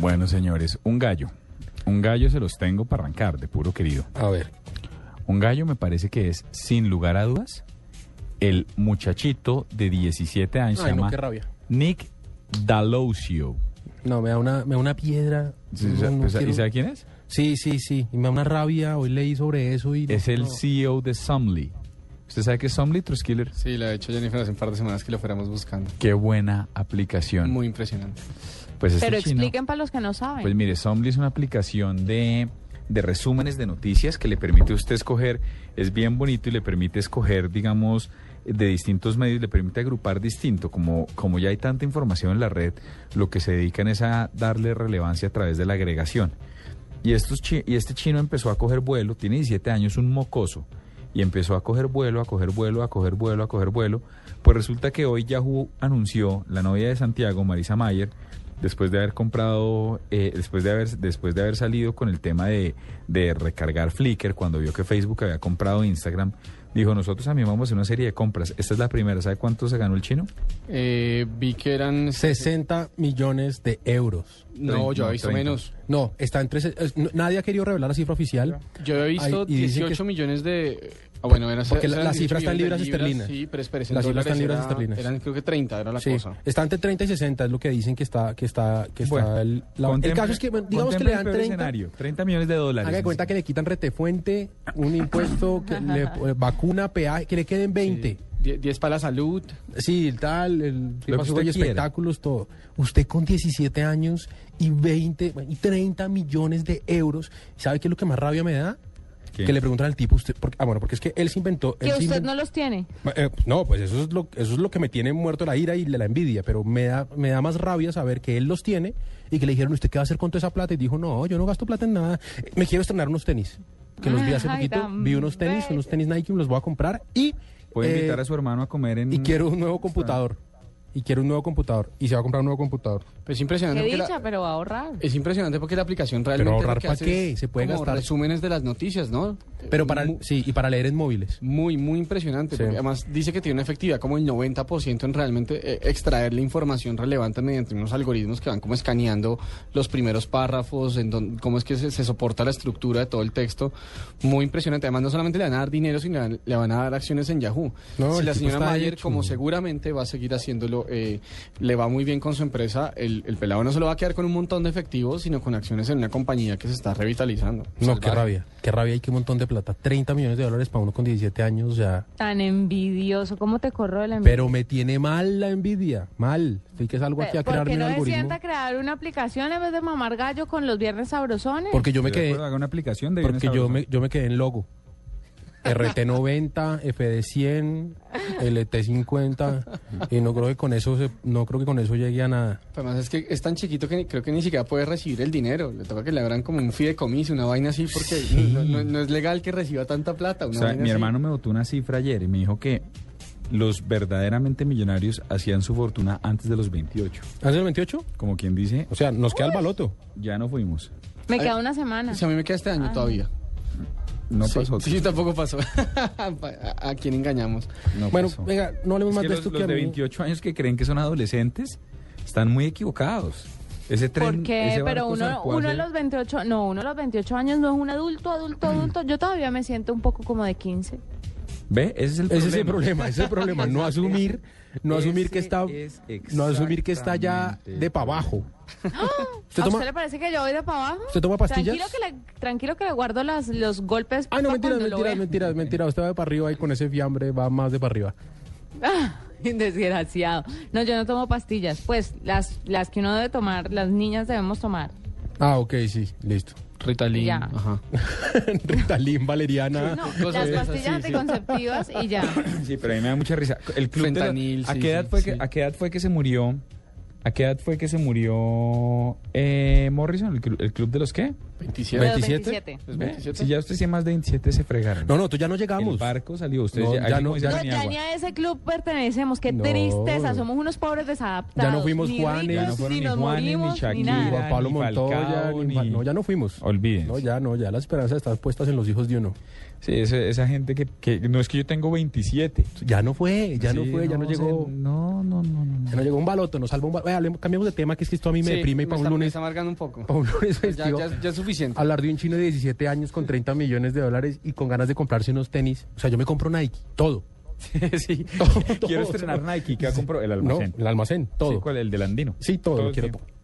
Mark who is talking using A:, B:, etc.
A: Bueno, señores, un gallo. Un gallo se los tengo para arrancar, de puro querido.
B: A ver.
A: Un gallo me parece que es, sin lugar a dudas, el muchachito de 17 años. se
B: Ay, no,
A: llama
B: qué rabia.
A: Nick Dalosio.
B: No, me da una, me da una piedra.
A: ¿Sí,
B: No,
A: sa-
B: no
A: pues, ¿Y
B: quiero-
A: sabe quién es?
B: sí, sí, sí. Y me da una rabia. Hoy leí sobre eso y...
A: Es el
B: no.
A: CEO de Somly. ¿Usted sabe qué es Somly, Truskiller?
C: Sí, la ha hecho Jennifer hace un par de semanas que la fuéramos buscando.
A: Qué buena aplicación.
C: Muy impresionante.
A: pues este
D: Pero
A: chino-
D: expliquen para los que no saben.
A: Pues mire, Somly es una aplicación de, de resúmenes de noticias que le permite a usted escoger, es bien bonito y le permite escoger, digamos, de distintos medios, le permite agrupar distinto, como, como ya hay tanta información en la red, lo que se dedican es a darle relevancia a través de la agregación. Y, estos chi- y este chino empezó a coger vuelo, tiene 17 años, un mocoso, y empezó a coger vuelo, a coger vuelo, a coger vuelo, a coger vuelo. Pues resulta que hoy Yahoo anunció, la novia de Santiago, Marisa Mayer, después de haber comprado, eh, después, de haber, después de haber salido con el tema de, de recargar Flickr, cuando vio que Facebook había comprado Instagram, dijo, nosotros también vamos a hacer una serie de compras. Esta es la primera, ¿sabe cuánto se ganó el chino?
C: Eh, vi que eran...
B: 60 millones de euros.
C: No, yo
A: No,
C: he visto
A: 30.
C: menos.
B: No, está entre... se- es- no- nadie ha querido revelar la cifra oficial.
C: Yo he visto
B: Ay, y dicen
C: 18
B: que-
C: millones de... ah, bueno, eran...
B: Porque la-
C: eran
B: la cifra
C: 18
B: está en
C: millones de
B: libras esterlinas.
C: Sí, pero espérese, en
B: La cifra está en
C: dólares
B: libras
C: era-
B: esterlinas.
C: Eran creo que 30, era la
B: Sí,
C: cosa.
B: está entre 30 y 60 es lo que dicen que está que está que está
A: Bueno,
B: el, la- el
A: contemple-
B: caso es que bueno, digamos que le
A: contemple el
B: dan
A: peor
B: 30
A: escenario, 30 millones de dólares.
B: Haga de cuenta que le quitan retefuente, un impuesto, que le, eh, vacuna, peaje, que le queden 20.
C: Sí. Die- 10 para la salud.
B: Sí, el tal, el
A: que
B: pasó
A: usted
B: y
A: quiera.
B: espectáculos, todo. Usted con 17 años y 20 bueno, y 30 millones de euros, ¿sabe qué es lo que más rabia me da?
A: ¿Qué?
B: Que le preguntan al tipo, usted, porque- ah, bueno, porque es que él se inventó. él
D: que
B: se
D: usted
B: inven-
D: no los tiene.
B: Eh, pues no, pues eso es lo eso es lo que me tiene muerto la ira y la la envidia, pero me da me da más rabia saber que él los tiene y que le dijeron, "¿Usted qué va a hacer con toda esa plata?" y dijo, "No, yo no gasto plata en nada. Eh, Me quiero estrenar unos tenis." Que los vi hace
D: Ay,
B: poquito,
D: tan
B: vi unos tenis,
D: bello.
B: unos tenis Nike, me los voy a comprar y
A: Puede
B: eh,
A: invitar a su hermano a comer en...
B: y quiero un nuevo computador. Y quiero un nuevo computador y se va a comprar un nuevo computador.
C: Pues es impresionante
D: Qué
C: porque la-
D: dicha, pero va a ahorrar.
B: Eh.
C: Es impresionante porque la aplicación realmente...
B: ahorrar
C: lo que
B: ¿pa'
C: hace
B: qué?
C: es
B: Se puede
C: como
B: gastar.
C: resúmenes de las noticias, ¿no?
B: Pero para
C: Mu-
B: sí, y para leer en móviles.
C: Muy, muy impresionante.
B: Sí.
C: porque además dice que tiene una efectividad como el 90% en realmente eh, extraer la información relevante mediante unos algoritmos que van como escaneando los primeros párrafos, en don- cómo es que se, se soporta la estructura de todo el texto. Muy impresionante. Además, no solamente le van a dar dinero, sino le van- le van a dar acciones en Yahoo.
B: No,
C: si
B: el
C: la
B: tipo
C: señora
B: está
C: Mayer,
B: hecho.
C: como seguramente va a seguir haciéndolo, eh, le va muy bien con su empresa, el, el pelado no se lo va a quedar con un montón de efectivos, sino con acciones en una compañía que se está revitalizando.
B: No, qué
C: Salvaje.
B: rabia. Qué rabia y qué montón de plata. 30 millones de dólares para uno con 17 años, o sea,
D: Tan envidioso. ¿Cómo te corro de la envidia?
B: Pero me tiene mal la envidia, mal. Estoy que salgo aquí a
D: Pues, Eh, ¿Por
B: crearme
D: qué
B: un
D: no se
B: algoritmo.
D: sienta a crear una aplicación en vez de mamar gallo con los viernes sabrosones?
B: Porque yo me
A: Estoy de
B: quedé,
A: acuerdo, haga una aplicación de
B: porque
A: Viernes
B: yo
A: Sabroso.
B: me, yo me quedé en logo. RT90, FD100, LT50 y no creo que con eso se- no creo que con eso llegue a nada.
C: Además es que es tan chiquito que ni- creo que ni siquiera puede recibir el dinero. Le toca que le abran como un fideicomiso, una vaina así, porque no, no- no es legal que reciba tanta plata.
A: O
C: Una
A: sea,
C: vaina
A: mi
C: así.
A: hermano me botó una cifra ayer y me dijo que los verdaderamente millonarios hacían su fortuna antes de los 28.
B: ¿Hace el 28?
A: Como quien dice, "Pues,
B: O sea, nos queda el baloto.
A: ya no fuimos.
D: me queda una semana.
C: Sí, a mí me queda este año todavía.
A: No
C: sí,
A: pasó.
C: Sí, tampoco pasó. ¿A, a quién engañamos?
A: No
B: bueno,
A: pasó.
B: venga, no hablemos
A: Es
B: más
A: que
B: de
A: los,
B: esto
A: los
B: que a
A: de
B: mí-
A: 28 años que creen que son adolescentes están muy equivocados. Ese tren,
D: ¿Por qué?
A: ese
D: Pero
A: barco
D: uno,
A: zarpó
D: uno a
A: hace-
D: los 28, no, uno a los 28 años no es un adulto,
B: Mm.
D: adulto, adulto. Yo todavía me siento un poco como de 15.
A: ¿Ve? Ese es el problema.
B: Ese es el problema, ese es el problema, no asumir, no asumir que
A: Ese
B: está
A: es
B: no asumir que está ya
A: exactamente
B: de
A: el
B: para abajo. ¿Usted
D: ¿A
B: toma-
D: usted le parece que yo voy de para abajo?
B: ¿Usted toma pastillas?
D: Tranquilo que le, tranquilo que le guardo las, los golpes.
B: Ah, no,
D: pa'
B: mentiras,
D: cuando lo
B: mentiras,
D: vea.
B: mentiras, mentiras. Usted va de para arriba y con ese fiambre va más de para arriba.
D: Ah, Desgraciado. No, yo no tomo pastillas. Pues las, las que uno debe tomar, las niñas debemos tomar.
B: Ah, ok, sí, listo.
C: Ritalin.
D: Ya.
C: Ajá.
B: Ritalin, Valeriana.
D: No,
C: cosas
D: las
C: de esas,
D: pastillas
C: sí, sí.
D: anticonceptivas y ya.
A: Sí, pero a mí me da mucha risa. El club de la-
C: Fentanil,
A: ¿a,
C: sí,
A: qué edad
C: sí,
A: fue
C: sí.
A: Que, ¿A qué edad fue que se murió? ¿A qué edad fue que se murió eh, Morrison? ¿El, clu- el club de los qué?
C: ¿27?
B: 27.
D: Pero 27.
C: ¿Es
A: ¿Ve?
C: 27?
A: Si ya usted tiene más de 27, se fregaron.
B: No, no, tú ya no llegamos.
A: El barco salió. Usted
B: No, ya
A: ya,
B: no, ya
D: No, ya ni a ese club pertenecemos. Qué
B: No.
D: tristeza. Somos unos pobres desadaptados.
B: Ya no fuimos
D: ni
B: Juanes,
D: ricos,
B: ya no
A: fueron
D: ni
A: ni
D: nos
A: Juanes, ni
D: morimos,
A: Shakira,
D: nada.
B: Ni Juan Pablo
A: ni
B: Montoya,
A: Falcao,
B: ni Fa-
A: ni-
B: No, ya no fuimos.
A: Olvídense.
B: No, ya no, ya las esperanzas están puestas en los hijos de uno.
A: Sí, esa, esa gente que, que- No es que yo tengo 27.
B: Ya no fue, ya no
A: Sí,
B: fue, ya no
A: se-
B: llegó.
A: no, no, no, no. no.
B: Ya no llegó un baloto, nos salvó un baloto. cambiamos de tema, que es que esto a mí me
C: Sí,
B: deprime y para un
C: está- me
B: lunes.
C: está amargando un poco.
B: para un lunes
C: Ya,
B: festivo,
C: ya- ya es suficiente.
B: Hablar de un chino de 17 años con 30 millones de dólares y con ganas de comprarse unos tenis. O sea, yo me compro Nike, todo.
A: sí.
B: Todo, todo.
A: Quiero estrenar Nike. ¿Qué ha comprado? El
B: No,
A: almacén.
B: el almacén, todo.
A: Sí, ¿cuál? El del Andino.
B: Sí, todo, lo
A: el
B: quiero
A: tiempo.
B: todo.